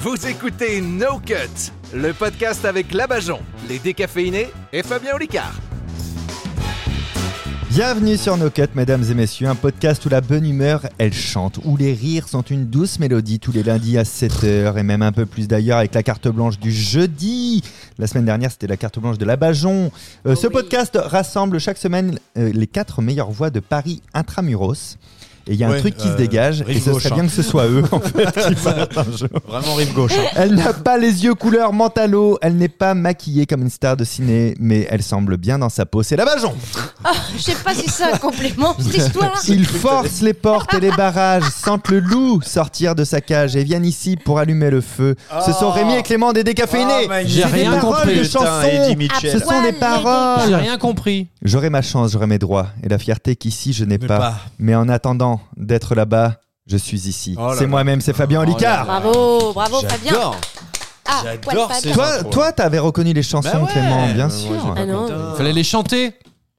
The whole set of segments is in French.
Vous écoutez No Cut, le podcast avec Labajon, les décaféinés et Fabien Olicard. Bienvenue sur No Cut, mesdames et messieurs, un podcast où la bonne humeur, elle chante, où les rires sont une douce mélodie tous les lundis à 7h et même un peu plus d'ailleurs avec la carte blanche du jeudi. La semaine dernière, c'était la carte blanche de Labajon. Euh, Oh ce podcast rassemble chaque semaine euh, les quatre meilleures voix de Paris intramuros. Et il y a un Ouais, truc qui se euh, dégage, et rive ce serait gauche, hein. bien que ce soit eux, en fait, qui partent un jour. Vraiment rive gauche. hein. Elle n'a pas les yeux couleur mentalo, elle n'est pas maquillée comme une star de ciné, mais elle semble bien dans sa peau. C'est la Bajon Je sais pas si c'est un compliment, cette histoire. Ils forcent les portes et les barrages, sentent le loup sortir de sa cage et viennent ici pour allumer le feu. Ce sont Rémi et Clément des décaféinés. Oh, magnifique. C'est J'ai des rien paroles compris. de Putain, chansons. Eddie Mitchell. Ce sont des Poil, paroles. Ah, J'ai rien compris. J'aurai ma chance, j'aurai mes droits et la fierté qu'ici je n'ai Mais pas. pas. Mais en attendant d'être là-bas, je suis ici. Oh là c'est là. moi-même, c'est Fabien Oh là Olicard. Bravo, bravo Fabien. J'adore. Ah, j'adore Walpad. ces- Toi, toi, t'avais reconnu les chansons, Bah ouais. Clément, bien Euh, sûr. moi, j'ai Ah non. pas- Fallait les chanter.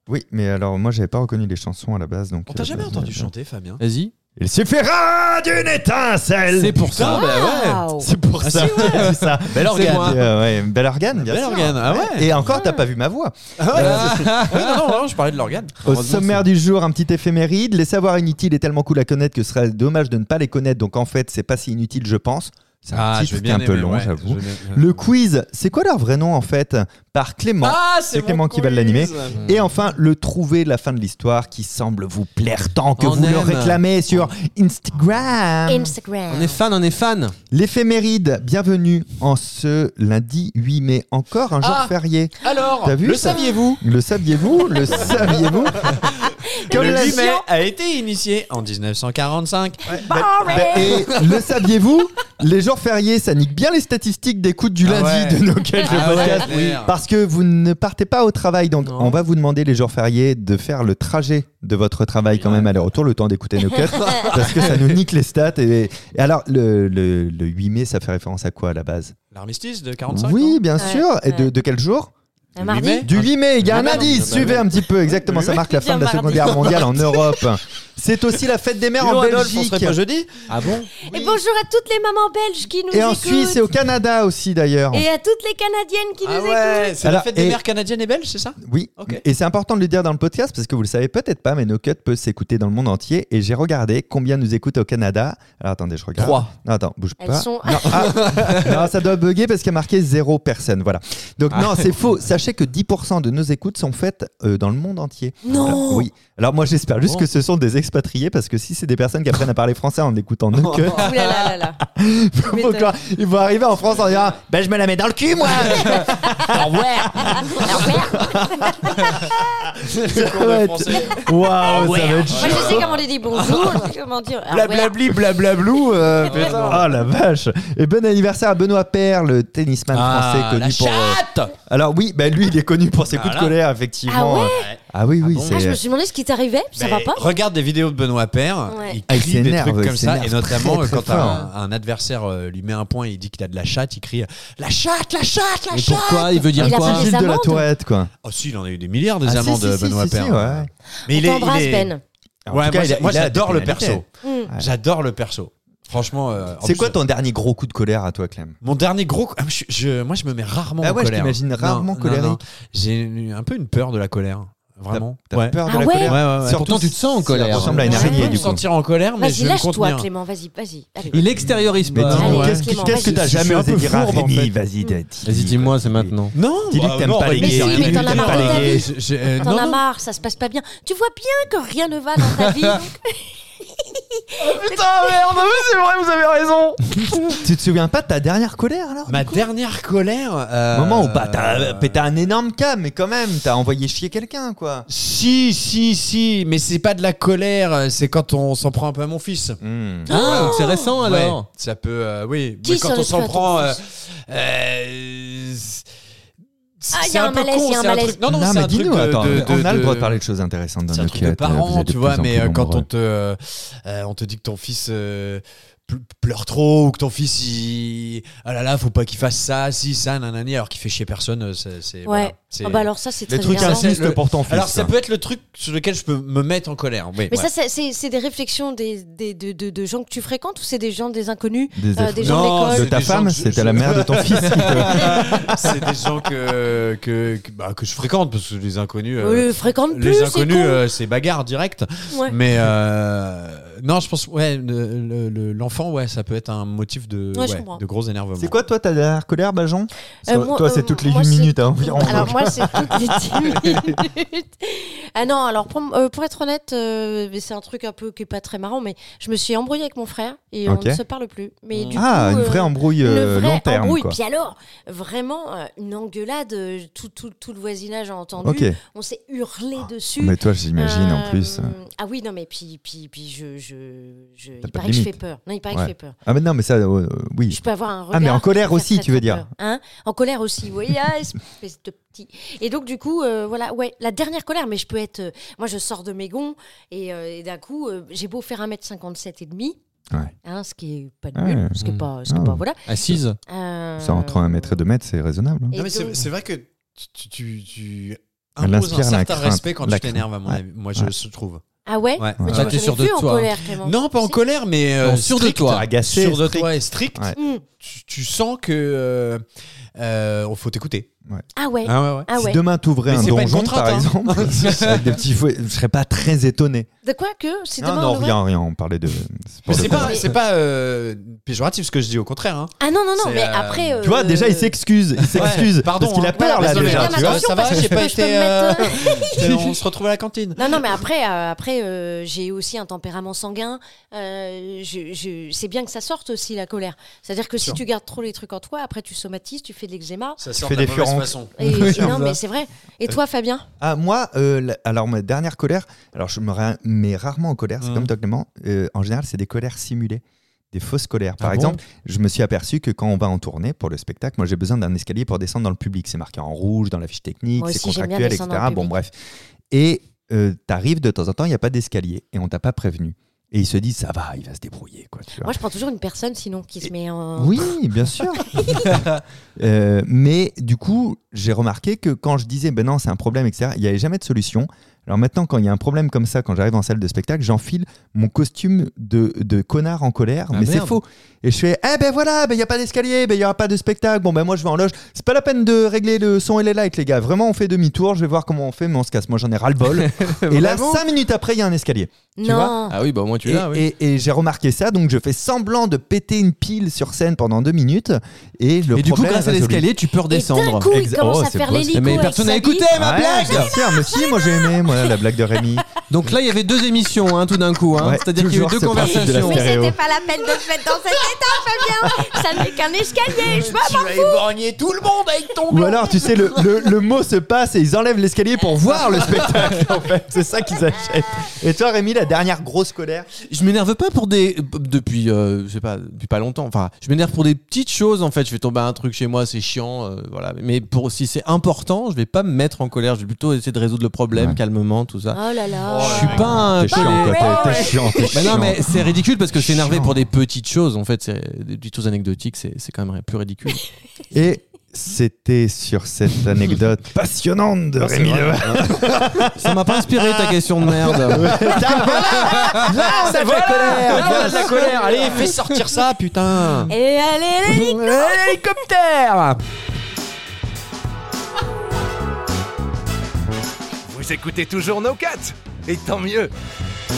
oui, mais alors moi, j'avais pas reconnu les chansons à la base, donc. On t'a euh, jamais bah, entendu bah, chanter, Fabien Vas-y. Il suffira d'une étincelle. C'est pour Putain, ça. Ah, bah Waouh. C'est pour ça. C'est ça. Bel C'est organe. dit, euh, ouais, bel organe, bien Bel sûr. organe, ah ouais. Et encore, t'as pas vu ma voix. ouais. Ah, non, non, vraiment, je parlais de l'organe. Ah, Au sommaire du jour, un petit éphéméride. Les savoirs inutiles est tellement cool à connaître que ce serait dommage de ne pas les connaître. Donc en fait, c'est pas si inutile, je pense. C'est un Ah, titre je vais qui est un bien peu aimer, long, ouais. j'avoue. Je vais bien- Le quiz, c'est quoi leur vrai nom en fait Par Clément. Ah, C'est mon Clément qui va quiz. l'animer. Et enfin, le trouver la fin de l'histoire qui semble vous plaire tant que On vous le aime. réclamez sur Instagram. Instagram. On est fan, on est fan. L'éphéméride, bienvenue en ce lundi 8 mai, encore un jour Ah. férié. Alors, T'as vu le ça saviez-vous Le saviez-vous Le saviez-vous Comme Le la- 8 mai a été initié en 1945. Bah, Et le saviez-vous Les jours fériés, ça nique bien les statistiques d'écoute du Ah lundi ouais. de nos quelques Ah ouais, podcasts. c'est clair. Parce que vous ne partez pas au travail, donc Non. on va vous demander les jours fériés de faire le trajet de votre travail quand même aller-retour, le temps d'écouter nos cuts, parce que ça nous nique les stats. Et, et alors, le, le- le 8 mai, ça fait référence à quoi à la base L'armistice de 45 Oui, non bien Ouais, sûr. Et de, ouais. de quel jour Un mardi. Du 8 mai, il y a un Ah, indice, bah oui. suivez un petit peu, exactement, ça marque la fin de la Bien Seconde mardi. Guerre mondiale en Europe. C'est aussi la fête des mères Dis donc, en Adolphe, on Belgique. serait pas jeudi Ah bon Et bonjour à toutes les mamans belges qui nous Et en écoutent. Suisse et au Canada aussi d'ailleurs. Et à toutes les canadiennes qui Ah nous écoutent. ouais, c'est la Alors, fête et- des mères canadiennes et belges, c'est ça Oui, Ok. et c'est important de le dire dans le podcast parce que vous le savez peut-être pas, mais No Cut peut s'écouter dans le monde entier. Et j'ai regardé combien nous écoutent au Canada. Alors attendez, je regarde. Trois. Non, attends, bouge Elles pas. sont- Bah, Non, ah, non, ça doit bugger parce qu'il y a marqué zéro personne. Voilà. Donc Ah. non, c'est faux. Sachez que 10% de nos écoutes sont faites euh, dans le monde entier. Non. Oh. Alors, Euh, Ah, Oui. Alors moi, j'espère juste Bon. que ce sont des expatriés parce que si c'est des personnes qui apprennent à parler français en écoutant Oh. No Cut, Ouh là là là là. faut m'étonnes. croire- ils vont arriver en France en disant Ben je me la mets dans le cul, moi Au revoir. Au revoir. Le cours de Ouais. français. Waouh, Ah ça va être Moi, je sais comment on les dit bonjour, je sais comment dire. Au revoir. Blablabli, blablablou. euh, putain. Ah la vache. Et bon anniversaire à Benoît Paire, le tennisman Ah, français la connu pour. euh, chatte Alors oui, bah lui il est connu pour ses coups de Voilà. colère effectivement. Ah ouais Euh, ah oui oui, bon Ah, je me c'est. suis demandé ce qui t'arrivait, ça Mais va pas Regarde des vidéos de Benoît Père, Ouais. il Ah, il crie des s'énerve, trucs il comme ça, et s'énerve notamment très, euh, très quand un, fort. un adversaire euh, lui met un point et il dit qu'il a de la chatte, il crie La chatte, la chatte, la Et chatte pourquoi Il veut dire Il a quoi pas des Gilles de la amendes Tourette quoi. Oh, si, il en a eu des milliards des Ah, si, amants de si, si, Benoît si, si, Père. ouais. Mais On il est. t'embrasse, il est- hum. Ben. En Ouais, tout cas, moi, il a- moi, il a j'adore des le perso. pénalités. Hmm. J'adore le perso. Franchement. euh, en C'est plus, quoi ton dernier gros coup de colère à toi Clem Mon dernier gros. ah, je- je- moi, je me mets rarement Ah en ouais, je colère. t'imagine rarement colérique. J'ai eu un peu une peur de la colère. Vraiment. T'as ouais. peur de Ah la ouais colère Ouais, ouais, ouais. Surtout Pourtant, tu te sens en si ça colère. hein. ressemble à une Ouais. Je araignée peux me du coup. sentir en colère, mais Vas-y, je vais me lâche-toi, contenir. Clément, vas-y, vas-y. Allez. Il extériorise Mais Bah, pas. Allez, dis-moi, Ah, ouais. qu'est-ce Clément, que- qu'est-ce que vas-y. t'as Je suis jamais un osé peu dire à fourbe, en Rémi fait. Vas-y, dis- Vas-y, dis-moi, c'est maintenant. Non, Dis-lui que bah, t'aimes non, pas les Rémi, gays, c'est dis-lui rien. que t'en as T'aimes marre pas de les ta gays. vie. Je- je- euh, T'en non, as non. marre, ça se passe pas bien. Tu vois bien que rien ne va dans ta vie. Tu te souviens pas de ta dernière colère alors Ma dernière colère. Bah, euh, Moment où bah, t'as euh, pété un énorme câble, mais quand même, t'as envoyé chier quelqu'un quoi. Si, si, si, mais c'est pas de la colère, euh, c'est quand on s'en prend un peu à mon fils. Hmm. Ah, donc c'est récent Ouais, alors. ça peut, euh, oui. Qui mais quand s'en on s'en prend à ton fils prend. euh, euh, c'est- Ah, c'est y a un peu malaise, con, y a un c'est malaise. truc- Non, non, c'est mais un truc dis-nous, de- attends, de- on a de- le droit de parler de choses intéressantes dans C'est un nos truc de culottes, euh, vous parents, êtes de tu vois, plus en mais plus euh, quand nombreux. on te, euh, euh, on te dit que ton fils euh, ple- pleure trop ou que ton fils il ah là là faut pas qu'il fasse ça si ça nanani alors qu'il fait chier personne euh, c'est c'est- voilà. Ouais. C'est- hein. Ah bah alors ça, c'est Les très trucs énervant. insistes insistes pour ton fils. alors ça peut être le truc sur lequel je peux me mettre en colère oui, Mais ça, ouais. c'est- c'est c'est des réflexions des, des- de, de- de gens que tu fréquentes ou c'est des gens des inconnus Des euh, des effets. gens de Non, l'école de c'est ta des gens femme, que je- c'était la mère de ton fils. qui te- c'est des gens que que que, bah, que je fréquente parce que les inconnus euh, Euh, fréquente plus, les c'est inconnus con. euh, c'est bagarre directe Ouais. Mais euh, non, je pense ouais, le- le- le- l'enfant ouais, ça peut être un motif de Ouais, je ouais, comprends. de gros énervement. C'est quoi toi ta dernière colère, Bajon Euh, Toi, moi- toi, euh, c'est toutes les moi, 8 c'est- minutes hein, environ. Alors moi, c'est toutes les 10 minutes. Ah non, alors pour, euh, pour être honnête, euh, mais c'est un truc un peu qui est pas très marrant, mais je me suis embrouillée avec mon frère et Ok. on ne se parle plus. Mais du ah, coup, une euh, vraie embrouille une euh, vraie long terme. embrouille. quoi. Puis alors, vraiment, euh, une engueulade, euh, tout, tout, tout le voisinage a entendu. Ok. On s'est hurlé dessus. Mais toi, j'imagine en plus. Euh, Ah oui, non, mais puis, puis, puis je, je, je- pas il de paraît que je limite. fais peur. Non, il paraît Ouais. que je fais peur. Ah, mais non, mais ça, euh, euh, oui. Je peux avoir un regard. Ah, mais en qui colère peut faire aussi, très, tu veux très dire. peur, hein En colère aussi, oui, ah, espèce de petit. Et donc, du coup, euh, voilà, ouais, la dernière colère, mais je peux être. euh, moi, je sors de mes gonds et, euh, et d'un coup, euh, j'ai beau faire 1m57 et demi. Ouais. Hein, ce qui est pas Ouais. nul, ce qui est pas, ce qui Ah. est pas voilà. Assise. Euh, Ça entre un mètre et deux mètres, c'est raisonnable. hein. et Non, mais c'est- donc- c'est vrai que tu, tu, tu Elle imposes inspire un la certain crainte, respect quand la tu t'énerves à mon crainte. avis. Moi je Ouais. se trouve. Ah ouais. Ouais. Mais tu Ah, m'as t'es sûr jamais de vu en toi, hein. colère, Clément. Non, pas en Si. colère, mais Non, euh, sûr de strict. toi. Agacé, sûr de strict. toi et strict. Ouais. Hmm. Tu, tu sens que euh, euh, faut t'écouter. Ah ouais. Ah ouais, ouais. Ah Si ouais. demain t'ouvrais Mais un c'est pas une donjon, contrainte, par hein. exemple, avec des petits fouets, je serais pas très étonné. De quoi que si Non, demain non, on aurait- rien, rien. On parlait de. c'est pour Mais le c'est coup. pas, c'est pas euh, péjoratif ce que je dis, au contraire. Hein. Ah non non non, C'est, mais euh, après. Tu vois, euh, déjà, il s'excuse. Il s'excuse. Ouais, pardon, Parce qu'il a hein. peur, Voilà, là, désolé, déjà. hein, tu vois. attention, ça va, parce j'ai que pas je peux été. me mettre, euh, on se retrouve à la cantine. Non, non, mais après, euh, après euh, j'ai aussi un tempérament sanguin. Euh, je, je- c'est bien que ça sorte aussi, la colère. C'est-à-dire que si Sûr. tu gardes trop les trucs en toi, après tu somatises, tu fais de l'eczéma. Ça fais des furonques. façon. Et, Oui, et non, comme ça. mais c'est vrai. Et toi, Fabien Ah, moi, euh, la- alors ma dernière colère, alors je me ra- mets rarement en colère, c'est Mhm. comme toi Clément, Euh, en général c'est des colères simulées, des fausses colères. Par Ah bon exemple, je me suis aperçu que quand on va en tournée pour le spectacle, moi j'ai besoin d'un escalier pour descendre dans le public. C'est marqué en rouge dans la fiche technique, Moi c'est aussi, j'aime bien contractuel, etc. descendre dans le Bon, public. bref. Et euh, t'arrives de temps en temps, il n'y a pas d'escalier et on t'a pas prévenu. Et ils se disent, ça va, il va se débrouiller. Quoi, tu vois. Moi, je prends toujours une personne, sinon, qui se met en. Oui, bien sûr. Euh, mais du coup, j'ai remarqué que quand je disais, ben non, c'est un problème, etc., il n'y avait jamais de solution. Alors maintenant, quand il y a un problème comme ça, quand j'arrive en salle de spectacle, j'enfile mon costume de, de connard en colère, Ah, mais c'est merde. faux. Et je fais, eh ben voilà, ben il n'y a pas d'escalier, ben il n'y aura pas de spectacle, bon ben moi je vais en loge. C'est pas la peine de régler le son et les lights, les gars. Vraiment, on fait demi-tour, je vais voir comment on fait, mais on se casse. Moi j'en ai ras-le-bol. et là, Vraiment cinq minutes après, il y a un escalier. Tu vois Non. Ah oui, bah au moins tu Et, l'as. oui. et- et j'ai remarqué ça, donc je fais semblant de péter une pile sur scène pendant deux minutes. Et le Et du coup, problème grâce à est résolu. l'escalier, tu peux Et d'un redescendre. coup, il Exa- commence oh, à c'est faire beau, l'hélico. Mais avec personne n'a sa écouté bite. ma blague bien sûr, mais si, moi j'ai aimé moi, la blague de Rémi. Donc là, il y avait deux émissions hein, tout d'un coup. Hein. Ouais, C'est-à-dire qu'il y a eu toujours deux ce principe de la conversations. Mais Stéréo. c'était pas la peine de te mettre dans cet état, Fabien. Ça n'est qu'un escalier. Je vois. vas éborgner tout le monde avec ton Ou alors, tu sais, le, le- le mot se passe et ils enlèvent l'escalier pour voir le spectacle, en fait. C'est ça qu'ils achètent. Et toi, Rémi, la dernière grosse colère Je m'énerve pas pour des depuis euh, je sais pas depuis pas longtemps. Enfin, je m'énerve pour des petites choses en fait. Je vais tomber à un truc chez moi, c'est chiant, euh, voilà. Mais pour si c'est important, je vais pas me mettre en colère. Je vais plutôt essayer de résoudre le problème Ouais. calmement, tout ça. Oh là là. je suis pas un T'es chiant, colère- quoi. T'es- T'es chiant, t'es Mais chiant. Bah non, mais c'est ridicule parce que je suis énervé Chiant. pour des petites choses. En fait, c'est des petites choses anecdotiques, c'est c'est quand même plus ridicule. Et c'était sur cette anecdote Ah, passionnante de Rémi Leva. ça m'a pas inspiré ta question de merde. Là, on a de la colère Ah, on a de la colère. Allez, fais sortir ça, putain. Et allez, les L'hélicoptère. Vous écoutez toujours No Cut Et tant mieux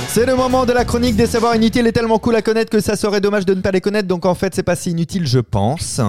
C'est le moment de la chronique des savoirs inutiles et tellement cool à connaître que ça serait dommage de ne pas les connaître, donc en fait c'est pas si inutile je pense.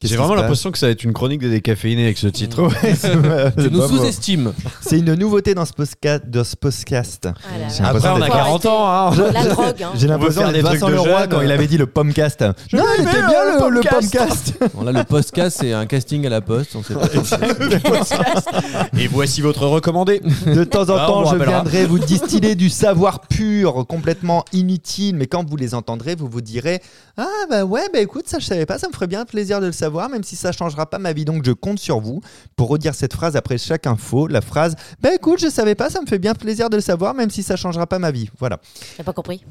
Qu'est-ce J'ai qui vraiment se passe l'impression que ça va être une chronique des décaféinés avec ce titre. Ouais, c'est- Tu c'est nous pas faux. sous-estimes. C'est une nouveauté dans ce podcast. Dans ce podcast. Ah là là. J'ai l'impression Après, on a d'être- 40 ans, hein. La drogue. hein. J'ai l'impression On veut d'être faire des Vincent trucs de Leroy jeunes. quand il avait dit le pomcast. non, il était bien le, le pomcast. Bon, là, le podcast, c'est un casting à la poste. On sait pas. hein. Et voici votre recommandé. De temps en Ah, on temps, vous je rappellera. viendrai vous distiller du savoir pur, complètement inutile, mais quand vous les entendrez, vous vous direz Ah, bah ouais, bah écoute, ça je savais pas, ça me ferait bien plaisir de le savoir, même si ça changera pas ma vie. Donc je compte sur vous pour redire cette phrase après chaque info. La phrase Bah écoute, je savais pas, ça me fait bien plaisir de le savoir, même si ça changera pas ma vie. Voilà. J'ai pas compris.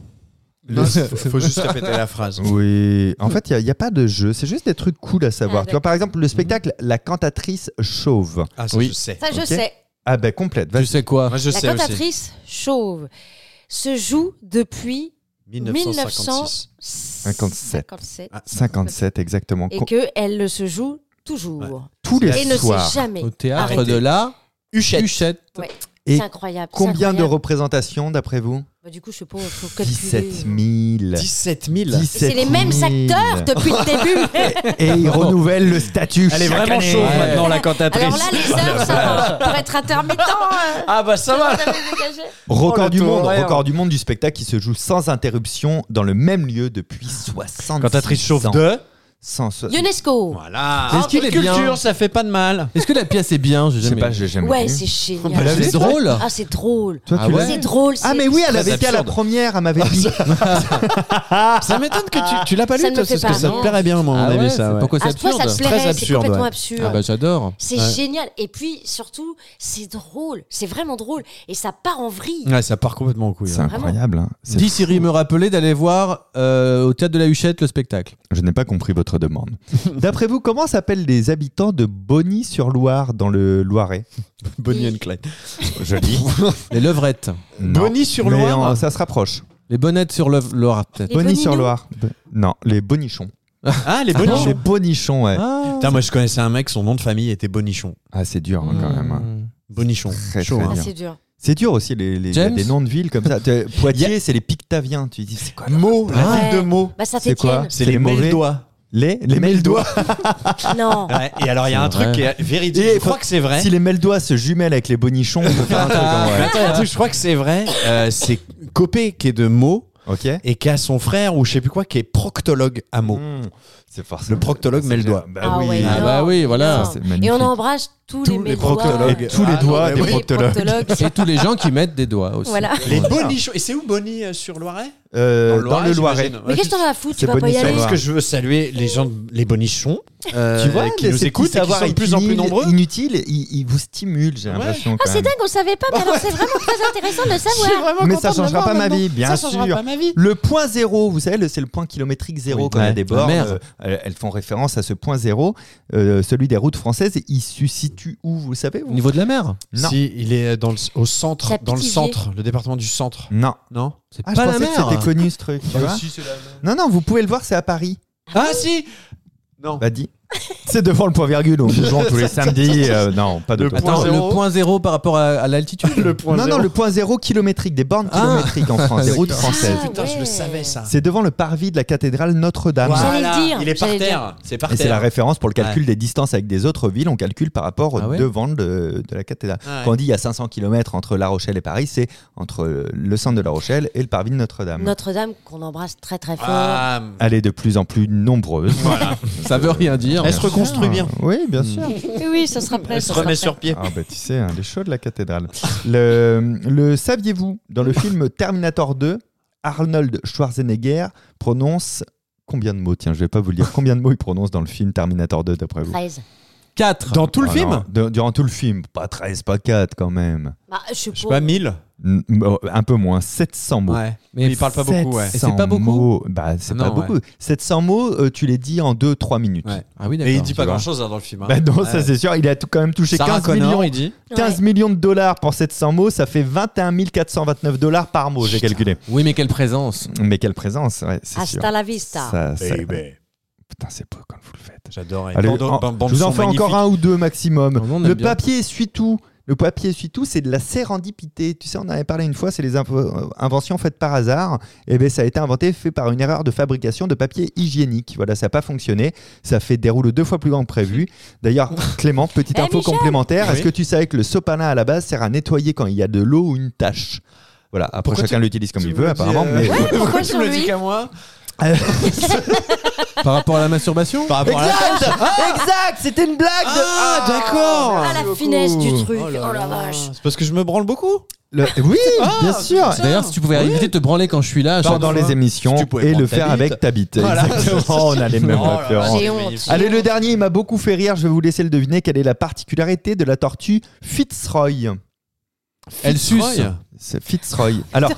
Le- Faut juste répéter la phrase. Oui, en fait, il n'y a, pas de jeu, c'est juste des trucs cool à savoir. tu vois, Ah, d'accord. par exemple, le spectacle La cantatrice chauve. Ah, ça, Oui. je sais. Ça, je Ok. sais. Ah ben, complète, vas-y. Tu sais quoi Moi, je La sais aussi. cantatrice chauve se joue depuis 1956. 57. 57. Ah, 57, exactement. et Com- que elle le se joue toujours Tous les et ne soirs. s'est jamais. Au théâtre Arrêtez. de la Huchette. Huchette. Et C'est incroyable. c'est Combien de incroyable. représentations, d'après vous Bah, Du coup, je sais pas, faut calculer. 17 000. 17 000. 17 C'est les mêmes 000. acteurs depuis le début. Et ils renouvellent le statut. Elle est chaque vraiment année. chaude Ouais. maintenant, la cantatrice. Alors là, les heures, ça va. Pour être intermittent, euh, Ah bah ça ça va. va, vous dégagez. Record Oh, le du taux monde, horaire. record du monde du spectacle qui se joue sans interruption dans le même lieu depuis Ah. 60 Cantatrice chauve de. UNESCO. Voilà. Est-ce qu'il est Ah, culture, bien ça fait pas de mal. Est-ce que la pièce est bien Je Je sais pas, j'ai jamais Ouais, vu. c'est Vous génial. l'avez C'est toi drôle. Ah, c'est drôle. Toi, Ah tu l'as ouais. vu C'est drôle. Ah c'est- mais oui, elle très avait été à la absurde. première, elle m'avait dit. Ça m'étonne que tu, tu l'as pas lu, Ça ne me toi, fait parce pas que ça te rire. plairait bien, moi, à Ah mon avis, ouais, ça. c'est- ouais. Pourquoi c'est À ce point, ça absurde te Très plairait, c'est absurde, complètement ouais. absurde. Ah bah j'adore. C'est Ouais. génial. Et puis, surtout, c'est drôle. C'est vraiment drôle. Et ça part en vrille. Ouais, ça part complètement en couille. C'est ouais. incroyable. hein. C'est- Dis Siri me rappelait d'aller voir euh, au théâtre de la Huchette le spectacle. Je n'ai pas compris votre demande. D'après vous, comment s'appellent les habitants de Bonny-sur-Loire dans le Loiret Bonnie and Clyde. Joli. Les levrettes. Non. Bonny-sur-Loire Mais en- Ça se rapproche. Les bonnettes sur le Laura peut-être. Les Bonny-sur-Loire. Be- Non, les Bonichons. Ah, les Bonichons. Les Bonichons, ouais. Ah, Putain, moi je connaissais un mec, son nom de famille était Bonichon. Ah, c'est dur hein, quand même. hein. Bonichon. Très, Chaud, très hein. Ah, bien. c'est dur. C'est dur aussi, les, les- il y a James des noms de villes comme ça. T'as- Poitiers, c'est les Pictaviens. Tu dis, c'est quoi Mot, la Ouais. ville de mots. Bah, ça C'est quoi t'étienne. C'est les, mauvais- Meldois. Les, les Meldois. Non. Ouais, et alors il y a un C'est truc vrai. qui est véridique. Et je crois que c'est vrai. Si les Meldois se jumellent avec les Bonichons, on peut faire un truc hein, en Mais vrai. attends, il y a un truc, je crois que c'est vrai. Euh, c'est Copé qui est de mots Ok et qui a son frère ou je sais plus quoi qui est proctologue à mots. Mmh. C'est forcément. Le proctologue C'est met le génial. doigt. Bah Ah oui. ouais, Ah non. bah oui, voilà. Non. c'est magnifique. Et on embrasse tous, Tous les, les Médois, proctologues. Tous les Ah, doigts non, des mais oui. les proctologues. Et tous les gens qui mettent des doigts aussi. Voilà. Les Voilà. Bonichons. Et c'est où Bonnie euh, sur Loiret Euh, dans le Loiret. j'imagine. Mais qu'est-ce que t'en as à foutre C'est Tu vas pas y Bonnie aller Saint-Laurent. Parce que je veux saluer les gens, de- les bonichons, euh, Tu vois, qui ces nous petits écoutent et qui savoirs sont de plus en plus inutiles- nombreux. Inutiles, ils, ils vous stimulent, j'ai l'impression. Ah, quand c'est même. dingue, on savait pas, mais alors c'est vraiment très intéressant de le savoir. Mais ça changera pas ma vie, bien Ça changera sûr. pas ma vie. Le point zéro, vous savez, le- c'est le point kilométrique zéro Oui. quand il y a Ouais. des bornes. Merde. euh, elles elles font référence à ce point zéro, euh, celui des routes françaises. Il se situe où, vous le savez Au vous niveau de la mer. Non. Si, il est euh, dans le, au centre, C'est à dans le Pithiviers. centre, le département du centre. Non. Non C'est Ah, je pas la pensais que mer. c'était connu ce truc, tu vois. Non, non, vous pouvez le voir, c'est à Paris. Ah si Non. Bah, dis. C'est devant le point virgule, on se joue tous les samedis. euh, non, pas de Le toi. point Attends, zéro. le point zéro par rapport à, à l'altitude. Le point Non, non, le point zéro kilométrique, des bornes Ah. kilométriques en France, des routes D'accord. françaises. Ah, Putain, je le ouais. savais ça. C'est devant le parvis de la cathédrale Notre-Dame. Wow. J'allais le dire, Il est par j'allais le terre. C'est par Et c'est la terre. référence pour le calcul des distances avec des autres villes. On calcule par rapport au Ah ouais devant de, de la cathédrale. Ah ouais. Quand on dit il y a 500 km entre La Rochelle et Paris, c'est entre le centre de La Rochelle et le parvis de Notre-Dame. Notre-Dame, qu'on embrasse très très fort. Ah, Elle est de plus en plus nombreuse. Ça veut rien dire. elle se reconstruit bien. Oui, bien sûr. Oui, oui, ça sera prêt. Elle se remet sur pied. Ah bah tu sais, hein, les shows de la cathédrale. Le, le saviez-vous, dans le film Terminator 2, Arnold Schwarzenegger prononce combien de mots Tiens, je vais pas vous le dire. Combien de mots il prononce dans le film Terminator 2 d'après vous 13. 4. Dans tout le Ah film non, de- Durant tout le film, pas 13, pas 4 quand même. Bah, je sais Je sais pas. pas, 1000 Mm, bon, Un peu moins, 700 mots. Ouais. Mais Mais il parle pas beaucoup, ouais. Et c'est pas 700 beaucoup mots, Bah, c'est Non, pas beaucoup. 700 mots, euh, tu les dis en 2-3 minutes. Ouais. Ah oui, Et il dit d'accord. pas tu vois. grand chose dans le film. hein. Bah non, Ouais. ça c'est sûr, il a tout- quand même touché Sarah 15 Connor, millions. il dit. 15 millions de dollars pour 700 mots, ça fait 21 429 dollars par mot, j'ai calculé. Oui, mais quelle présence. Mais quelle présence, ouais, c'est sûr. Hasta la vista. Ça, ça- Baby. Putain, c'est beau quand vous le faites. J'adore. Allez, en- je vous en fais encore un ou deux maximum. Oh, non, on le aime bien. papier essuie-tout. Le papier essuie-tout, c'est de la sérendipité. Tu sais, on en avait parlé une fois, c'est les invo- inventions faites par hasard. Et bien, ça a été inventé, fait par une erreur de fabrication de papier hygiénique. Voilà, ça n'a pas fonctionné. Ça fait des rouleaux deux fois plus grand que prévu. D'ailleurs, Clément, petite Eh, info Michel complémentaire. Oui. Est-ce que tu savais que le sopalin à la base sert à nettoyer quand il y a de l'eau ou une tache Voilà, après Pourquoi chacun l'utilise comme tu il me veut, dis, apparemment. euh, Mais... Ouais, pourquoi sur lui qu'à moi Par rapport à la masturbation Par rapport à la Exact, exact, c'était une blague. de- Ah, d'accord. Ah, la finesse du truc. Oh Oh la, là là. vache. C'est parce que je me branle beaucoup. Le- Oui, Ah, bien c'est sûr. ça. D'ailleurs, si tu pouvais Oui. éviter de te branler quand je suis là, à chaque Pendant fois. les émissions Si tu pouvais et prendre le ta faire bite. avec ta bite. Voilà. Exactement, on a les mêmes Oh là là, références. j'ai J'ai honte. honte. Allez, le dernier, il m'a beaucoup fait rire. Je vais vous laisser le deviner. Quelle est la particularité de la tortue Fitzroy Elle suce. Fitzroy. C'est Fitzroy. Alors,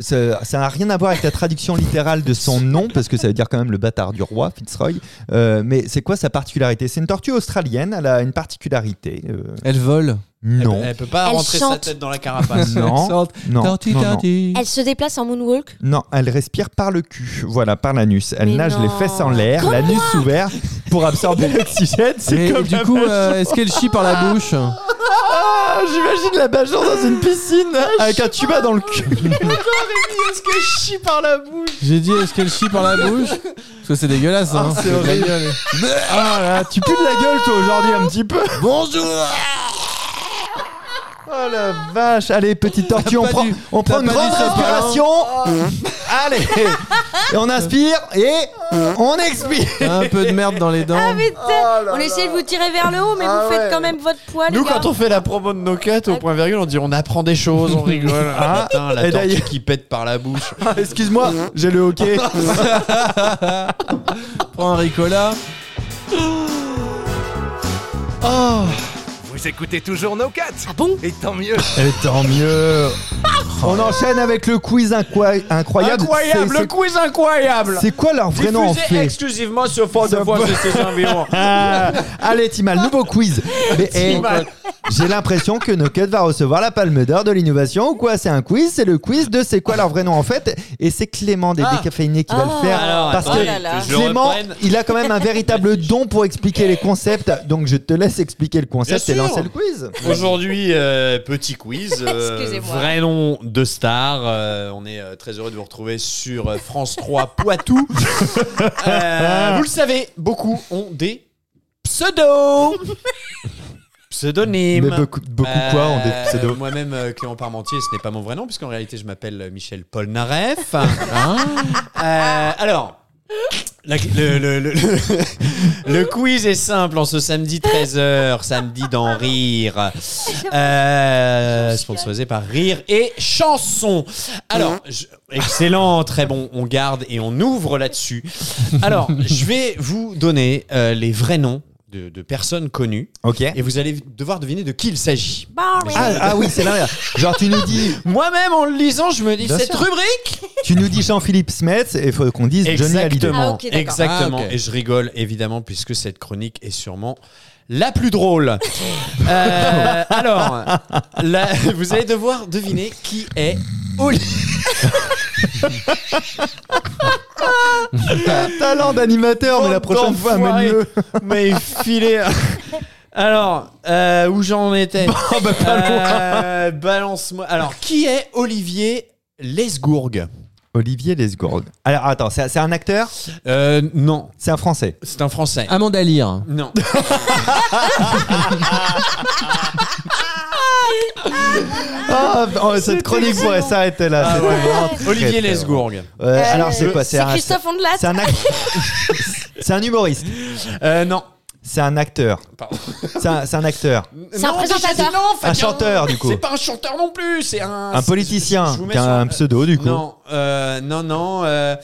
ça ça n'a rien à voir avec la traduction littérale de son nom, parce que ça veut dire quand même le bâtard du roi, Fitzroy. Euh, mais c'est quoi sa particularité C'est une tortue australienne, elle a une particularité. euh, Elle vole. non. Elle, elle peut pas Elle rentrer sa chante. tête dans la carapace. Non, non, non, Tarti, non. tarti. Elle se déplace en moonwalk. Non, elle respire par le cul, voilà, par l'anus. Elle Mais nage non. les fesses en l'air, l'anus ouvert pour absorber l'oxygène. C'est Mais comme du la coup, vache. euh, est-ce qu'elle chie par la bouche Ah, J'imagine la Bajon dans une piscine Ah, avec un tuba dans le cul. Est-ce que je chie par la bouche J'ai dit, est-ce qu'elle chie par la bouche Parce que c'est dégueulasse. hein. c'est horrible. Ah là, tu pues de la gueule toi aujourd'hui un petit peu. Bonjour Oh la vache, allez petite tortue, T'as on pas prend, dû- on t'as prend une pas grande dû sortir, respiration. allez, et on inspire et on expire. Un peu de merde dans les dents. Ah, mais t'es- on essaie de vous tirer vers le haut, mais Oh Ah vous faites ouais. quand même votre poids, les Nous, gars. quand on fait la promo de nos quêtes, au point virgule, on dit on apprend des choses, on rigole. Ah, putain, la et tortue d'ailleurs- qui pète par la bouche. Ah, Excuse-moi, j'ai le hockey. Prends un Ricola. Vous écoutez toujours No Cut Ah bon Et tant mieux Et Eh, tant mieux. Oh. On enchaîne avec le quiz inqui- incroyable. Incroyable, C'est- le quiz incroyable c'est- C'est quoi leur vrai nom en Diffusé fait exclusivement sur Fort de Ça Voix peut- de ses environs. Ah, Allez Timal, nouveau quiz. Mais, eh, Timal. J'ai l'impression que No Cut va recevoir la palme d'or de l'innovation ou quoi C'est un quiz, c'est le quiz de c'est quoi leur vrai nom en fait Et c'est Clément des Ah. décaféinés qui va Ah. le faire Alors, parce attendez, que là là. je Clément, reprenne. il a quand même un véritable don pour expliquer les concepts. Donc je te laisse expliquer le concept Bien et sûr. lancer le quiz. Aujourd'hui, euh, petit quiz. euh, Excusez-moi. vrai nom de star. Euh, on est euh, très heureux de vous retrouver sur euh, France 3 Poitou. Euh, vous le savez, beaucoup ont des pseudos. Pseudonymes. Mais beaucoup, beaucoup quoi ont des Euh, pseudos. Moi-même, euh, Clément Parmentier, ce n'est pas mon vrai nom, puisqu'en réalité, je m'appelle euh, Michel Polnareff. Euh, alors. la- le, le- le- le- le quiz est simple en ce samedi 13h, samedi d'en rire, Euh, sponsorisé par Rire et Chanson. Alors, je- excellent, très bon, on garde et on ouvre là-dessus. Alors, je vais vous donner euh, les vrais noms de- de personnes connues Ok. et vous allez devoir deviner de qui il s'agit. Boring. Ah, ah oui, c'est l'inverse. Genre tu nous dis, Moi-même, en le lisant, je me dis Bien cette sûr. rubrique. tu nous dis Jean-Philippe Smets et faut qu'on dise Johnny Hallyday. Ah, Exactement. ok, d'accord. Exactement. Ah, ok. Et je rigole évidemment puisque cette chronique est sûrement la plus drôle. Euh, alors, la- vous allez devoir deviner qui est Oli- Talent d'animateur, Oh, mais la prochaine fois Enfoiré. amène le. Mais filé. Alors, euh, où j'en étais Euh, Balance-moi. Alors, qui est Olivier Lesgourgue Olivier Lesgourg. Alors attends, c'est c'est un acteur Euh, Non, C'est un Français. c'est un Français. Amanda Lear. Non. Ah, oh, cette chronique pourrait s'arrêter là. c'était vraiment très, Ah, Olivier très Lesgourgue. bon. Euh, alors, c'est Euh, quoi C'est C'est un, Christophe Ondelat. c'est un act- C'est un humoriste. Euh, non. C'est un acteur. Pardon. C'est un, c'est un acteur. C'est un Non, présentateur. déjà dit non, Fabien. Un chanteur, du coup. C'est pas un chanteur non plus, Ah, c'est un. Un Je- politicien. je vous mets qui a sur- un pseudo, du coup. Non, euh, non, non. euh,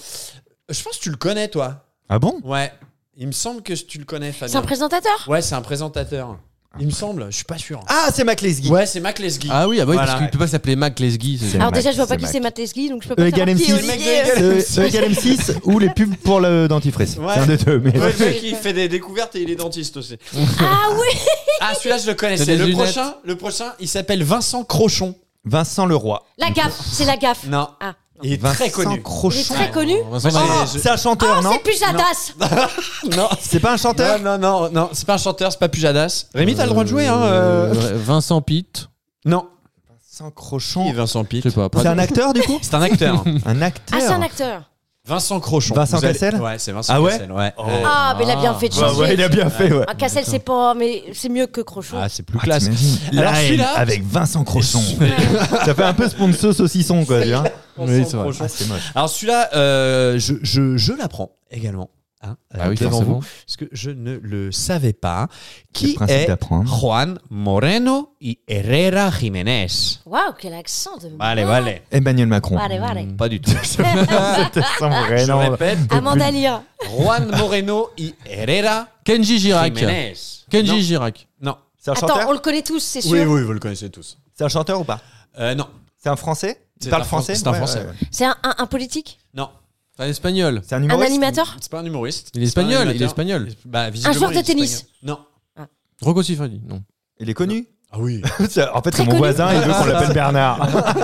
je pense que tu le connais, toi. Ah bon Ouais. Il me semble que tu le connais, C'est un Fabien. présentateur ouais, c'est un présentateur. Il me semble, je suis pas sûr. Ah, c'est McLesgy. Ouais, c'est Mac Lesguy. Ah oui, ah bah oui, Voilà. parce qu'il peut pas s'appeler Mac Lesguy. c'est- C'est Alors Mac, déjà, je vois pas c'est qui Mac. c'est Matt Leslie, donc je peux E pas égale savoir qui est M6. Olivier. Le mec de- Euh, E égale M6 ou les pubs pour le dentifrice. Ouais. C'est un des deux. Mais... Ouais, le mec, il fait des découvertes et il est dentiste aussi. Ah oui Ah, celui-là, je le T'as connaissais. des Le lunettes. prochain, le prochain, il s'appelle Vincent Crochon. Vincent Leroy. La gaffe, c'est la gaffe. Non. Ah, non. Il est Vincent très connu. Il est Crochon. très connu. Vincent Moi, Leroy. j'ai- Ah, je- c'est un chanteur, Oh, Oh, non c'est plus Jadas Non. C'est pas un chanteur Non, non, non, non, c'est pas un chanteur, c'est pas Pujadas. Rémi, t'as le droit de jouer, hein euh. Euh, Vincent Pitt. Non. Vincent Qui est Crochon. Vincent Je Pitt sais pas. C'est un acteur, du coup C'est un acteur. Un acteur Ah, c'est un acteur. Vincent Crochon. Vincent Vous allez- Cassel Ouais, c'est Vincent Ah ouais Cassel, ouais. Euh, Oh. Ouais. Ah, mais il a bien fait de Ouais, changer. Bah, ouais, il a bien fait, ouais. Ah, Cassel, c'est pas... Mais c'est mieux que Crochon. Ah, c'est plus Ah, classe. t'imagines Alors, La haine celui-là- avec Vincent Crochon. ça fait un peu sponsor saucisson, quoi. tu vois. Oui, c'est vrai. Ah, c'est moche. Alors celui-là, euh, je, je, je l'apprends également. Hein, Ah oui, devant forcément. vous, parce que je ne le savais pas. hein. Le Qui principe est d'apprendre. Juan Moreno y Herrera Jiménez Waouh, quel accent de... Bah, Bah, Vale, vale. Emmanuel Macron. Vale, vale. Pas du tout. C'était sans vrai je nom. répète, Amanda Lear. Juan Moreno y Herrera Kenji Girac. Jiménez. Kenji Girac. Non. C'est un Attends, chanteur on le connaît tous, c'est non. Oui, sûr. oui, vous le connaissez tous. C'est C'est un chanteur ou pas Euh, non. C'est un français C'est Il parle un Fran- français c'est un Ouais, Français, ouais. ouais. C'est un, un- un politique Non. C'est un espagnol. C'est un Un humoriste animateur C'est pas un humoriste. Il est C'est pas un espagnol, il est animateur. espagnol. Bah, visiblement, joueur de il est tennis. espagnol. Non. Rocco Siffredi, non. Il est connu Ah oui. C'est- En fait, Très c'est mon connu. voisin, il veut qu'on l'appelle Bernard.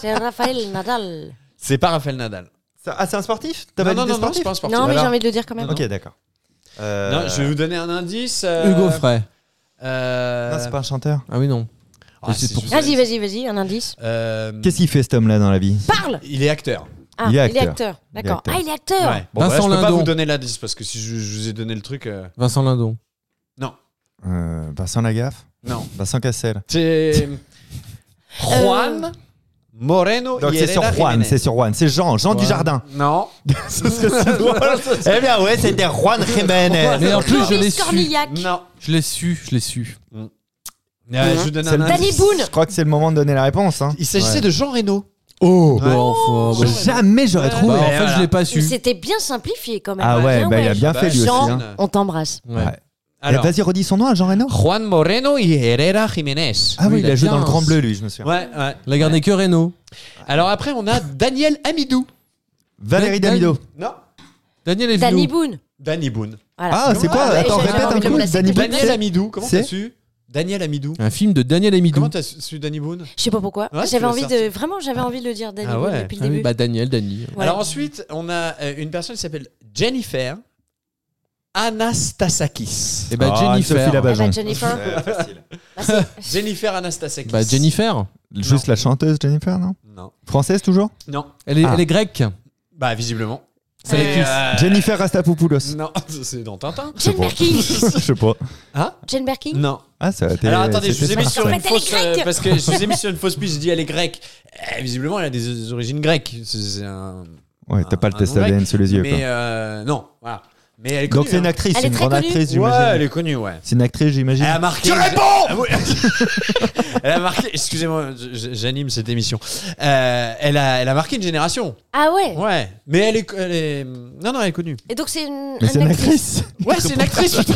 C'est Raphaël Nadal. C'est pas Rafael Nadal. Ça- Ah, c'est un sportif T'as Non, non, validé non, non, sportif c'est pas un sportif. Non, mais alors. j'ai envie de le dire quand même. Ok, d'accord. Euh, Non, je vais vous donner un indice. euh, Hugo Frey. euh, non, c'est pas un chanteur. Ah oui, non. ah, c'est- C'est pour- Vas-y, vas-y, vas-y, un indice. Euh, Qu'est-ce qu'il fait cet homme-là dans la vie Parle Il est acteur. Ah, Il est acteur. D'accord. Il est acteur. Ah, il est acteur Ouais. Bon, bah, Vincent je peux pas Lindon. vous donner l'indice parce que si je, je vous ai donné le truc. euh, Vincent Lindon. Euh, Vincent Lagaffe Non. Vincent Cassel. C'est. Euh, Juan Moreno. Donc c'est sur Herrera Juan, Jiménez. c'est sur Juan. C'est Jean, Jean Juan. Dujardin. Non. Ce serait si drôle. eh bien, ouais, c'était Juan Jiménez. Ah, Mais en plus, je l'ai Boris su. Cornillac Non. Je l'ai su, je l'ai su. Euh, je vous donne C'est un le- indice. Danny Boone Je crois que c'est le moment de donner la réponse. hein. Il s'agissait Ouais. de Jean Reno. Oh, Ouais. enfin, bah, Jean- Jamais j'aurais bah, trouvé. en fait, je l'ai pas Mais su. C'était bien simplifié quand même. Ah ouais, bah, il a ouais. bien fait lui aussi. Jean, hein. On t'embrasse. Ouais. Ouais. Bah, Alors, Eh, Vas-y, redis son nom à Jean Reno. Juan Moreno et Herrera Jiménez. Ah oui, il a joué dans le 15. Grand Bleu, lui, je me souviens. Ouais, ouais. Il a gardé que Reno. Alors après, on a Daniel Amidou. Valérie Dan- Damido. Non. Daniel est Danny Boone. Danny Boone. Voilà. Ah, c'est quoi Ouais, Attends, j'avais répète envie un de le coup. placer. Danny Boone, Daniel c'est- Amidou, comment c'est- t'as su Daniel Amidou. Un film de Daniel Amidou. Comment t'as su Danny Boone Je sais pas pourquoi. Ouais, tu j'avais l'as envie sorti. de vraiment, j'avais envie de le dire Danny Ah Boone ouais. depuis le Ah oui, début. bah Daniel, Dani. Ouais. Alors ensuite, on a euh, une personne qui s'appelle Jennifer Anastasakis. Et bah Ah, Sophie Ah Jennifer. bah, Labajon. Jennifer. Euh, bah, Jennifer Anastasakis. Bah Jennifer. Juste la chanteuse Jennifer, non Non. Française toujours Non. Elle est, Ah. elle est grecque. Bah visiblement. C'est Et, euh, Jennifer Rastapopoulos. Non, c'est dans Tintin. Jane Birkin. je sais pas. Jane Birkin. Non. Ah, ça a été. Alors attendez, je c'était vous ai mis smart, sur ça. En une fait, elle est fausse euh, grecque. parce que je vous ai mis sur une fausse piste. Je dis elle est grecque. Eh, visiblement, elle a des euh, origines grecques. C'est c'est un. Ouais, t'as pas le un test nom grec. ADN sous les yeux. Mais quoi. euh, non, voilà. Mais elle est connue. Donc c'est une hein. actrice, Elle c'est est une très grande connue. actrice, Ouais, elle j'imagine. est connue, ouais. C'est une actrice, j'imagine. Elle a marqué. Je réponds Elle a marqué. Excusez-moi, je- je- j'anime cette émission. Euh, elle, a, elle a marqué une génération. Ah ouais. Ouais. Mais elle est, elle est. Non, non, elle est connue. Et donc c'est une. Mais un c'est une actrice. Ouais, c'est une actrice. putain.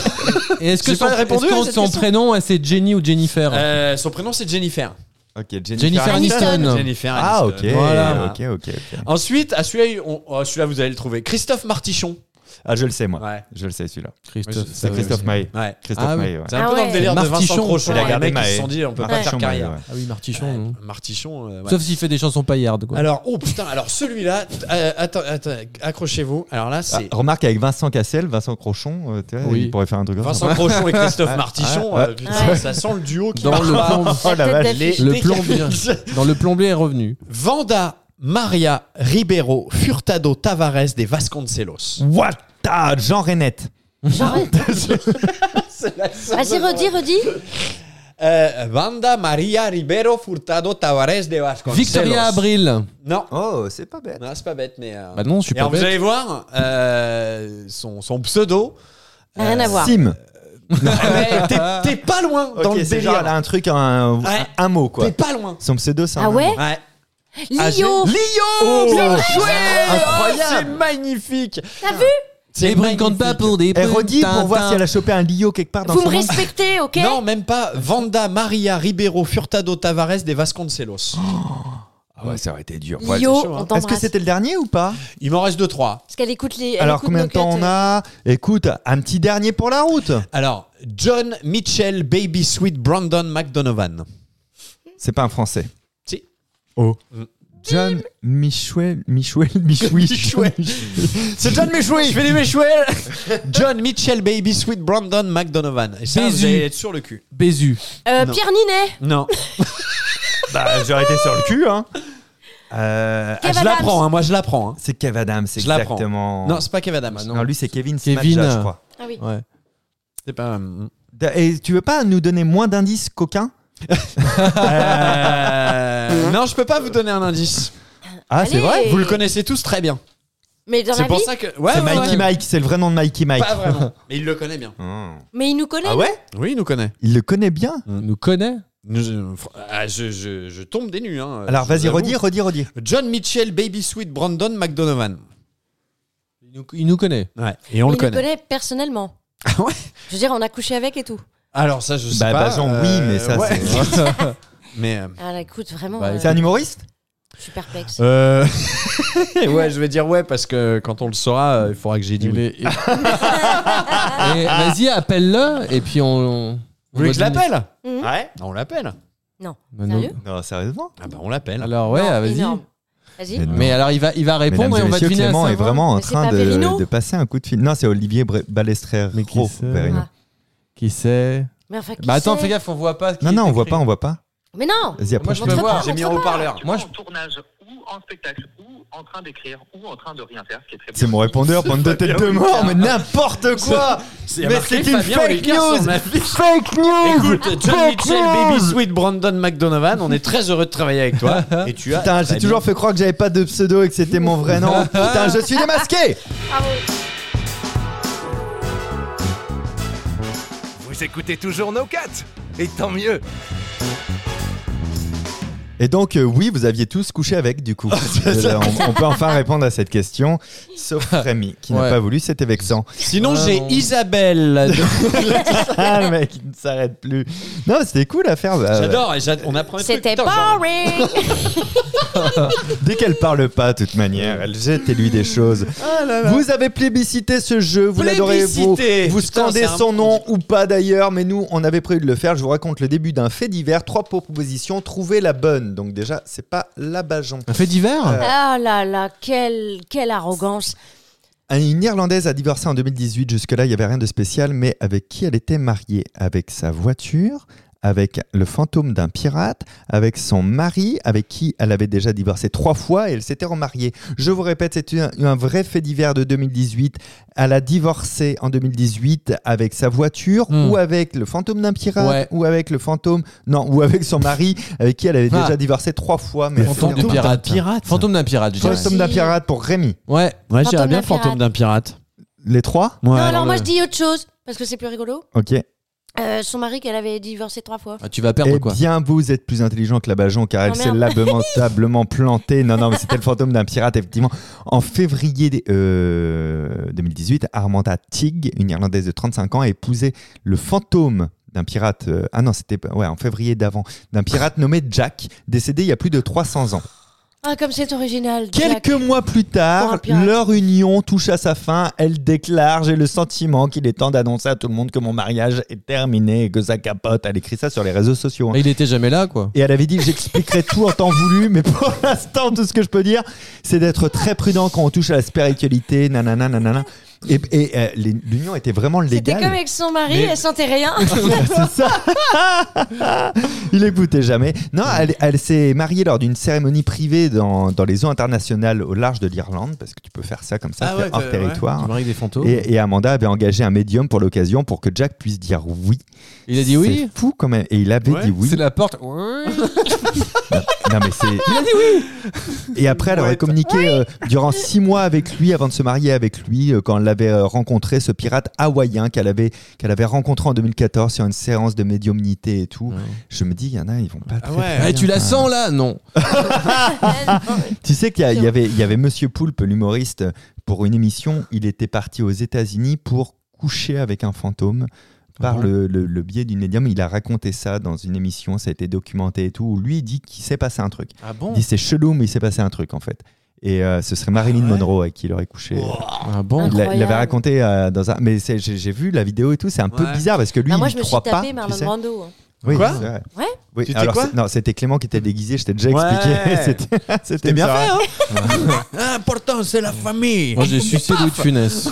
Et est-ce que J'ai son, pas répondu est-ce à qu'on- cette son question. prénom, elle, c'est Jenny ou Jennifer Euh, son prénom, c'est Jennifer. Ok, Jennifer. Jennifer Aniston. Aniston. Jennifer. Ah, Aniston. Ah, ok. Voilà. Ok, ok, ok. Ensuite, à celui-là, on- oh, celui-là, vous allez le trouver. Christophe Martichon. Ah, je le sais, moi. Ouais. Je le sais, celui-là. Christophe. Euh, C'est Christophe Maé. Ouais. Christophe Ah oui. Maé, ouais. C'est un Ah peu dans le ouais. délire Martichon. de Vincent Crochon. Il a les regardé mecs qui Maé. se sont dit, on peut pas Martichon faire Maé, carrière. ouais. Ah oui, Martichon. non Martichon. euh, ouais. Sauf s'il fait des chansons paillardes. Quoi. Alors, oh putain, alors celui-là, t- euh, attends, attends, accrochez-vous. Alors là, Ah, c'est remarque avec Vincent Cassel, Vincent Crochon, euh, tu vois, Oui. il pourrait faire un truc oh. comme ça. Vincent Crochon et Christophe Martichon. ouais. euh, putain, Ouais. Ça sent le duo qui Ah, Dans marche le pas. plan- Oh la vache. Les... Le Dès plombier. qu'il- Dans le plombier est revenu. Vanda Maria Ribeiro Furtado Tavares des Vasconcelos. What the- Jean Rennette. Vas-y, redis, redis. Euh, Vanda Maria Ribeiro Furtado Tavares de Vasconcelos. Victoria Abril. Non. Oh, c'est pas bête. Non, c'est pas bête, mais. euh, Bah non, je suis et pas alors, vous bête. allez voir, euh, son, son pseudo. Rien à voir. Sim. mais t'es- T'es pas loin dans Ok, le c'est genre, elle délire. a un truc, un, Ouais. un mot, quoi. T'es pas loin. Son pseudo, c'est un Ah mot. ouais Ouais. Ah, Lio Lio Oh, bien Incroyable C'est magnifique T'as vu Les brunes comptent pas pour des Elle redit brunes, Eh, pour voir tin, si elle a chopé un Lio quelque part dans Vous son me nom. respectez, ok Non, même pas. Vanda Maria Ribeiro Furtado Tavares des Vasconcelos. Ah ouais, ça aurait été dur. Ouais. Lio, c'est chaud, on hein. Est-ce que t'embrasse. c'était le dernier ou pas Il m'en reste deux, trois. Parce qu'elle écoute les. elle Alors écoute combien nos de temps cuts, on euh. a Écoute, un petit dernier pour la route. Alors, John Mitchell Baby Sweet Brandon McDonovan. C'est pas un français. Si. Oh. John Michouel, Michouel, Michoui. Michouel. C'est John Michouel Je fais des Michouel John Mitchell Baby Sweet Brandon McDonovan. Et ça, vous Bézu. allez être sur le cul. Bézu. Euh, Non. Pierre Ninet Non. bah, j'aurais été sur le cul, hein. Euh, Kev je Adams. l'apprends, hein, moi je l'apprends. hein. c'est Kev Adams, c'est Je la prends. exactement. Non, c'est pas Kev Adams. Non, lui, c'est Kevin Kevin, Smadja, je euh, crois. Ah oui. Ouais. C'est pas. Da- Et tu veux pas nous donner moins d'indices qu'aucun Euh, non, je peux pas vous donner un indice. Ah, Allez. Vous le connaissez tous très bien. Mais dans la C'est pour vie. ça que. Ouais, Ah, C'est ouais, Mikey ouais. Mike, c'est le vrai nom de Mikey Mike. Pas vraiment. Mais il le connaît bien. Oh. Mais il nous connaît. Ah ouais Oui, il nous connaît. Il le connaît bien Il nous connaît. Nous, euh, fr- ah, je, je- je tombe des nues. hein, Alors je vas-y, vous avoue. redis, redis, redis. John Mitchell, Baby Sweet, Brandon McDonovan. Il nous, il nous connaît. Ouais, et on il le connaît. nous connaît personnellement. Ah ouais Je veux dire, on a couché avec et tout. Alors ça, je sais Bah, pas. euh, Bajon, oui, mais ça, c'est- c'est. Mais euh, Ah, là, écoute, vraiment, Bah, euh, C'est un humoriste je suis perplexe. Euh, ouais, je vais dire ouais parce que quand on le saura, euh, il faudra que j'ai dit Il oui. est- Et Vas-y, appelle-le et puis on. on- Vous voulez que je l'appelle Mhm. Ouais. On l'appelle. Non, Mais non. sérieux Non, sérieusement Ah bah on l'appelle. Alors ouais, Non, vas-y. énorme. Vas-y. Mais non. Mais alors il va, il va Mesdames répondre et et on va messieurs, deviner. à Clément est savoir. vraiment en Mais c'est train pas de, Verino de passer un coup de fil. Non, c'est Olivier Bre- Balestrère Mais qui Ro- c'est Verino. Ah. Qui c'est Mais enfin, qui Bah attends, c'est fais gaffe, on voit pas. qui Non, non, est on voit écrit. pas, on voit pas. Mais non Vas-y, Moi, approche. je peux Montre voir. pas, J'ai mis montre en pas. haut-parleur. Moi, Moi, je- en tournage ou en spectacle ou en train d'écrire ou en train de rien faire, ce qui est très C'est bien. mon répondeur, bande de tête de Oh, mort, mais n'importe quoi C'est Mais marqué c'est une Fabien fake Olicard sur news. ma fiche. Fake news Écoute, John Fake Mitchell, news Baby Sweet, Brandon McDonovan, on est très heureux de travailler avec toi. Et tu Ah, as. Putain, j'ai Bah, toujours fait croire que j'avais pas de pseudo et que c'était mon vrai nom. Putain, je suis démasqué Vous écoutez toujours No Cut Et tant mieux Et donc, euh, oui, vous aviez tous couché avec, du coup. Euh, on, on peut enfin répondre à cette question, sauf Rémi, qui n'a Ouais. pas voulu, c'était vexant. Sinon, Ah, j'ai non. Isabelle. Ah, le mec, il ne s'arrête plus. Non, c'était cool à faire. bah, J'adore, et j'a- on apprend des trucs. C'était Putain, genre, boring euh, Dès qu'elle parle pas, de toute manière, elle jette et lui des choses. Ah Vous avez plébiscité ce jeu, vous l'adorez, vous, Plébiscité. vous Putain, scandez c'est un- son nom ou pas d'ailleurs, mais nous, on avait prévu de le faire. Je vous raconte le début d'un fait divers, trois propositions, trouvez la bonne. Donc déjà, c'est pas la Bajon. Un fait divers Euh, Ah là là, quelle, quelle arrogance Une Irlandaise a divorcé en 2018, jusque-là, il n'y avait rien de spécial, mais avec qui elle était mariée Avec sa voiture avec le fantôme d'un pirate, avec son mari, avec qui elle avait déjà divorcé trois fois et elle s'était remariée. Je vous répète, c'est un, un vrai fait divers de 2018. Elle a divorcé en 2018 avec sa voiture Hmm. ou avec le fantôme d'un pirate Ouais. ou avec le fantôme... Non, ou avec son mari avec qui elle avait Ah. déjà divorcé trois fois. Mais Le fantôme Fantôme du pirate. Fantôme d'un pirate, je dirais. Fantôme d'un pirate pour Rémi. Ouais. Fantôme Ouais, j'irais bien d'un fantôme pirate. d'un pirate. Les trois Non, Ouais, alors moi le- je dis autre chose, parce que c'est plus rigolo. Ok. Euh, son mari qu'elle avait divorcé trois fois. Ah, tu vas perdre Eh quoi bien, vous êtes plus intelligent que la Bajon car elle Oh, s'est merde. lamentablement plantée. Non, non, mais c'était le fantôme d'un pirate, effectivement. En février des- euh, 2018, Armanda Tig, une Irlandaise de 35 ans, a épousé le fantôme d'un pirate. euh, ah non, c'était pas- ouais, en février d'avant. D'un pirate nommé Jack, décédé il y a plus de 300 ans. Ah, comme c'est original. Jack. Quelques mois plus Pour tard, un pirate. leur union touche à sa fin. Elle déclare J'ai le sentiment qu'il est temps d'annoncer à tout le monde que mon mariage est terminé et que ça capote. Elle écrit ça sur les réseaux sociaux. hein. Il était jamais là, quoi. Et elle avait dit j'expliquerai tout en temps voulu, mais pour l'instant tout ce que je peux dire, c'est d'être très prudent quand on touche à la spiritualité, nanana, nanana. Et, et, euh, les- l'union était vraiment C'était comme légale. avec son mari, Mais- elle sentait rien. C'est ça. Il écoutait jamais. Non, elle, elle s'est mariée lors d'une cérémonie privée dans, dans les eaux internationales au large de l'Irlande, parce que tu peux faire ça comme ça, Ah faire ouais, hors ouais. territoire. marie des fantômes. Et, et Amanda avait engagé un médium pour l'occasion pour que Jack puisse dire oui. Il a dit oui. C'est fou quand même. Et il avait Ouais, dit oui. C'est la porte. Ouais. Non mais c'est. Et après, elle aurait communiqué euh, durant six mois avec lui avant de se marier avec lui euh, quand elle l'avait euh, rencontré ce pirate hawaïen qu'elle avait qu'elle avait rencontré en 2014 sur une séance de médiumnité et tout. Ouais. Je me dis, il y en a, ils vont pas. très, ouais. très bien. Eh, tu la Enfin, sens là Non. Ah, Tu sais qu'il y, a- il y avait il y avait Monsieur Poulpe, l'humoriste, pour une émission. Il était parti aux États-Unis pour coucher avec un fantôme. Par le, le- le biais d'une médium, il a raconté ça dans une émission, ça a été documenté et tout. Où lui, il dit qu'il s'est passé un truc. Ah bon Oh. Il dit c'est chelou, mais il s'est passé un truc en fait. Et euh, ce serait Marilyn Monroe avec qui il aurait couché. Ah bon Il l'a- il l'avait Ah Incroyable. raconté euh, dans un. Mais c'est- j'ai j'ai vu la vidéo et tout, c'est un peu Ouais. bizarre parce que lui, Ah, moi il je me suis croit pas. tapé tu Marlon sais. Brando. hein. Oui, Quoi c'est vrai. Ouais. Oui, C'était alors quoi c'est- non, c'était Clément qui était déguisé, je t'ai déjà Ouais. expliqué. C'était- C'était bien bizarre. fait, Important, c'est la famille. Moi, j'ai sucé Louis de Funès.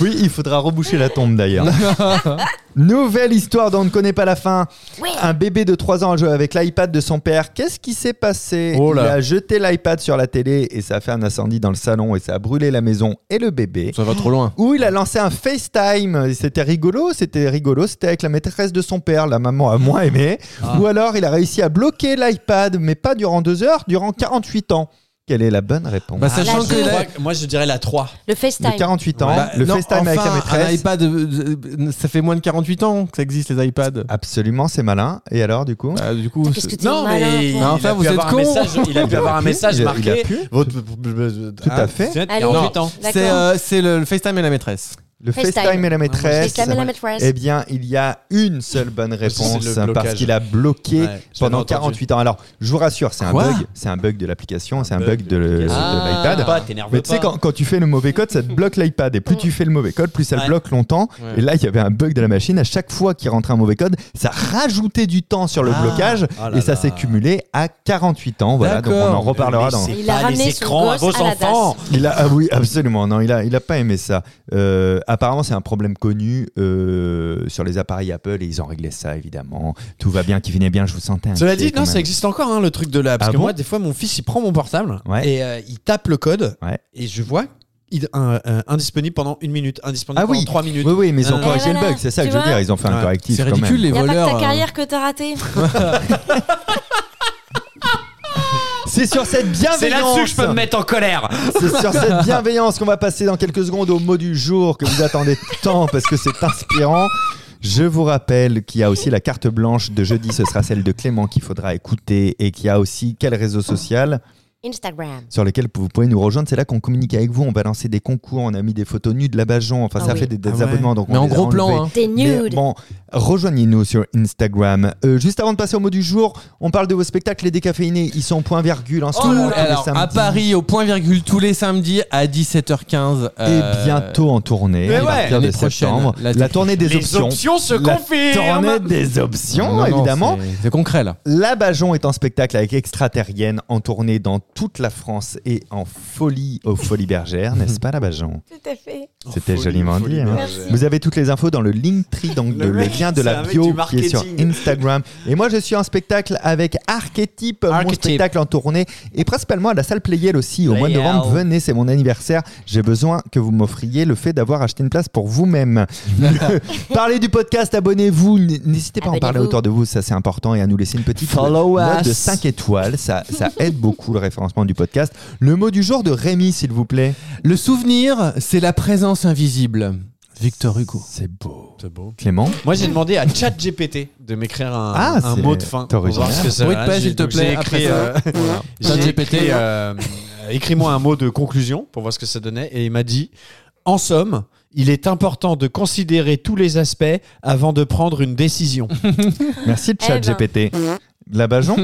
Oui, il faudra reboucher la tombe d'ailleurs. Nouvelle histoire dont on ne connaît pas la fin. Ouais. Un bébé de 3 ans a joué avec l'iPad de son père. Qu'est-ce qui s'est passé Oh là. Il a jeté l'iPad sur la télé et ça a fait un incendie dans le salon et ça a brûlé la maison et le bébé. Ça va trop loin. Où il a lancé un FaceTime. C'était rigolo, c'était rigolo. C'était avec la maîtresse de son père, la maman a moins aimé. Ou alors il a réussi à bloquer l'iPad, mais pas durant 2 heures, durant 48 ans. Quelle est la bonne réponse Bah, sachant La que deux. là- Moi, je dirais la 3. Le De FaceTime. 48 ans, Bah, le non, FaceTime avec enfin, la maîtresse. Un iPad, euh, euh, ça fait moins de 48 ans que ça existe, les iPads. Absolument, c'est malin. Et alors, du coup Bah, du coup, Ah Qu'est-ce que c'est- t'es malin, toi. Non, enfin, vous êtes avoir un cons. message- Il a pu avoir un message Il a- il a marqué. pu. Votre... Tout à fait. Il y a Allô 48 ans. D'accord. euh, c'est euh, c'est le, le FaceTime et la maîtresse. Le FaceTime. FaceTime et la maîtresse. Islam et la maîtresse. Eh bien, il y a une seule bonne réponse C'est le blocage. parce qu'il a bloqué Ouais, je l'avais pendant entendu. 48 ans. Alors, je vous rassure, c'est un Quoi bug, c'est un bug de l'application, c'est un bug bug de, le- de Ah, l'iPad. Pas, t'énerve Mais tu sais, pas. quand, quand tu fais le mauvais code, ça te bloque l'iPad. Et plus tu fais le mauvais code, plus ça Ouais. le bloque longtemps. Ouais. Et là, il y avait un bug de la machine. À chaque fois qu'il rentrait un mauvais code, ça rajoutait du temps sur le Ah. blocage. Ah là et ça là. s'est cumulé à 48 ans. Voilà, donc on en D'accord. reparlera dans. Laissez Il a pas ramené les son écrans à gosse vos à la DAS. enfants. Il a, ah oui, absolument. Non, il a, il a pas aimé ça. Euh, apparemment, c'est un problème connu euh, sur les appareils Apple et ils ont réglé ça, évidemment. Tout va bien, qui venait bien, je vous sentais. Cela inquiet dit, quand non, même. ça existe encore hein, le truc de la. Parce Ah que bon moi, des fois, mon fils il prend mon portable Ouais. et euh, il tape le code Ouais. et je vois il- un- un- indisponible pendant une minute, indisponible Ah pendant oui. trois minutes. Oui, oui, mais ils ont Ah. corrigé Et le voilà, bug, c'est ça tu que je veux vois dire. Ils ont fait un Ouais. correctif. C'est quand même. ridicule, les Il n'y a voleurs. pas que ta euh, carrière que t'as ratée. C'est sur cette bienveillance. C'est là-dessus que je peux me mettre en colère. C'est sur cette bienveillance qu'on va passer dans quelques secondes au mot du jour que vous attendez tant parce que c'est inspirant. Je vous rappelle qu'il y a aussi la carte blanche de jeudi, ce sera celle de Clément qu'il faudra écouter et qu'il y a aussi quel réseau social Instagram. sur lequel vous pouvez nous rejoindre. C'est là qu'on communique avec vous, on va lancer des concours, on a mis des photos nues de la Bajon, enfin Ah ça oui. fait des, des Ah ouais. abonnements. Donc on Mais en les a gros enlevés. plan. hein. T'es Mais nude. bon, rejoignez-nous sur Instagram. Euh, juste avant de passer au mot du jour, on parle de vos spectacles, les décaféinés. Ils sont en point virgule en ce Tout, moment. tous les Oh alors, à samedis. Paris, au point virgule, tous les samedis à 17h15. euh, Et bientôt en tournée, Mais à ouais, partir de euh, l'année prochaine, septembre. la La, technique. tournée des Les options. options se la confirment. tournée des options, évidemment. C'est concret là. La Bajon est en spectacle avec Extraterrienne en tournée dans toute la France et en folie aux Folies Bergères, n'est-ce pas la Bajon Tout à fait. C'était joliment dit. hein. Merci. Vous avez toutes les infos dans le Linktree, donc Le le, le mec, lien de c'est la un mec bio du qui est sur marketing. Instagram. Et moi, je suis en spectacle avec Archetype, mon Archetype. spectacle en tournée, et principalement à la salle Playel aussi, au mois de Playel. novembre. Venez, c'est mon anniversaire. J'ai besoin que vous m'offriez le fait d'avoir acheté une place pour vous-même. Le- Parlez du podcast, abonnez-vous. N- N'hésitez pas à en parler Abonnez-vous. autour de vous, ça c'est important, et à nous laisser une petite Follow note us. de 5 étoiles. Ça, ça aide beaucoup le référencement du podcast. Le mot du jour de Rémi, s'il vous plaît. Le souvenir, c'est la présence invisible. Victor Hugo. C'est beau. C'est beau. Clément Moi, j'ai demandé à ChatGPT de m'écrire un, Ah, un c'est mot de fin. original. Pour voir ce que ça Bruit de va. page, J'ai- s'il te donc, plaît, j'ai après écrit, ça. euh, Voilà. j'ai ChatGPT, écrit, euh, euh, écris-moi un mot de conclusion pour voir ce que ça donnait. Et il m'a dit En somme, il est important de considérer tous les aspects avant de prendre une décision. Merci le chat Eh ben. GPT. La Bajon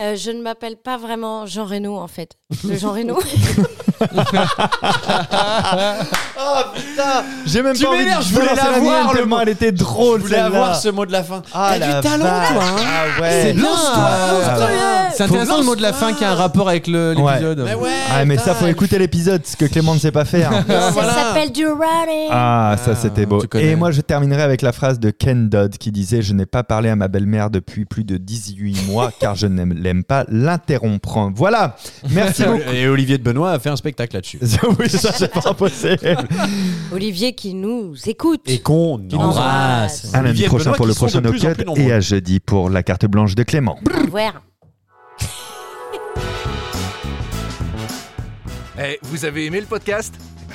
Euh, je ne m'appelle pas vraiment Jean Reno en fait. Le Jean Reno. J'ai même Tu m'énerves, je voulais la voir, le elle était drôle. Je voulais avoir ce mot de Ah, la fin. T'as du talent, toi hein. Ah C'est ouais. bien. Ah ouais. C'est intéressant le mot de la fin qui a un rapport avec le- Ouais. l'épisode. Mais ouais, Ah, mais ça, faut putain. écouter l'épisode, ce que Clément ne sait pas faire. Ça voilà. s'appelle du running. Ah, ça c'était beau. tu connais. Et moi je terminerai avec la phrase de Ken Dodd qui disait Je n'ai pas parlé à ma belle-mère depuis plus de 18 mois car je ne l'aime pas l'interrompre. Voilà, merci beaucoup. Et Olivier de Benoît a fait un spectacle là-dessus. oui, ça c'est pas possible. Olivier qui nous écoute. Et qu'on nous embrasse. embrasse. À lundi Olivier et prochain Benoît pour qui le sont prochain de plus en Octet plus nombreux. et à jeudi pour la carte blanche de Clément. Au revoir. Eh, vous avez aimé le podcast Eh ben,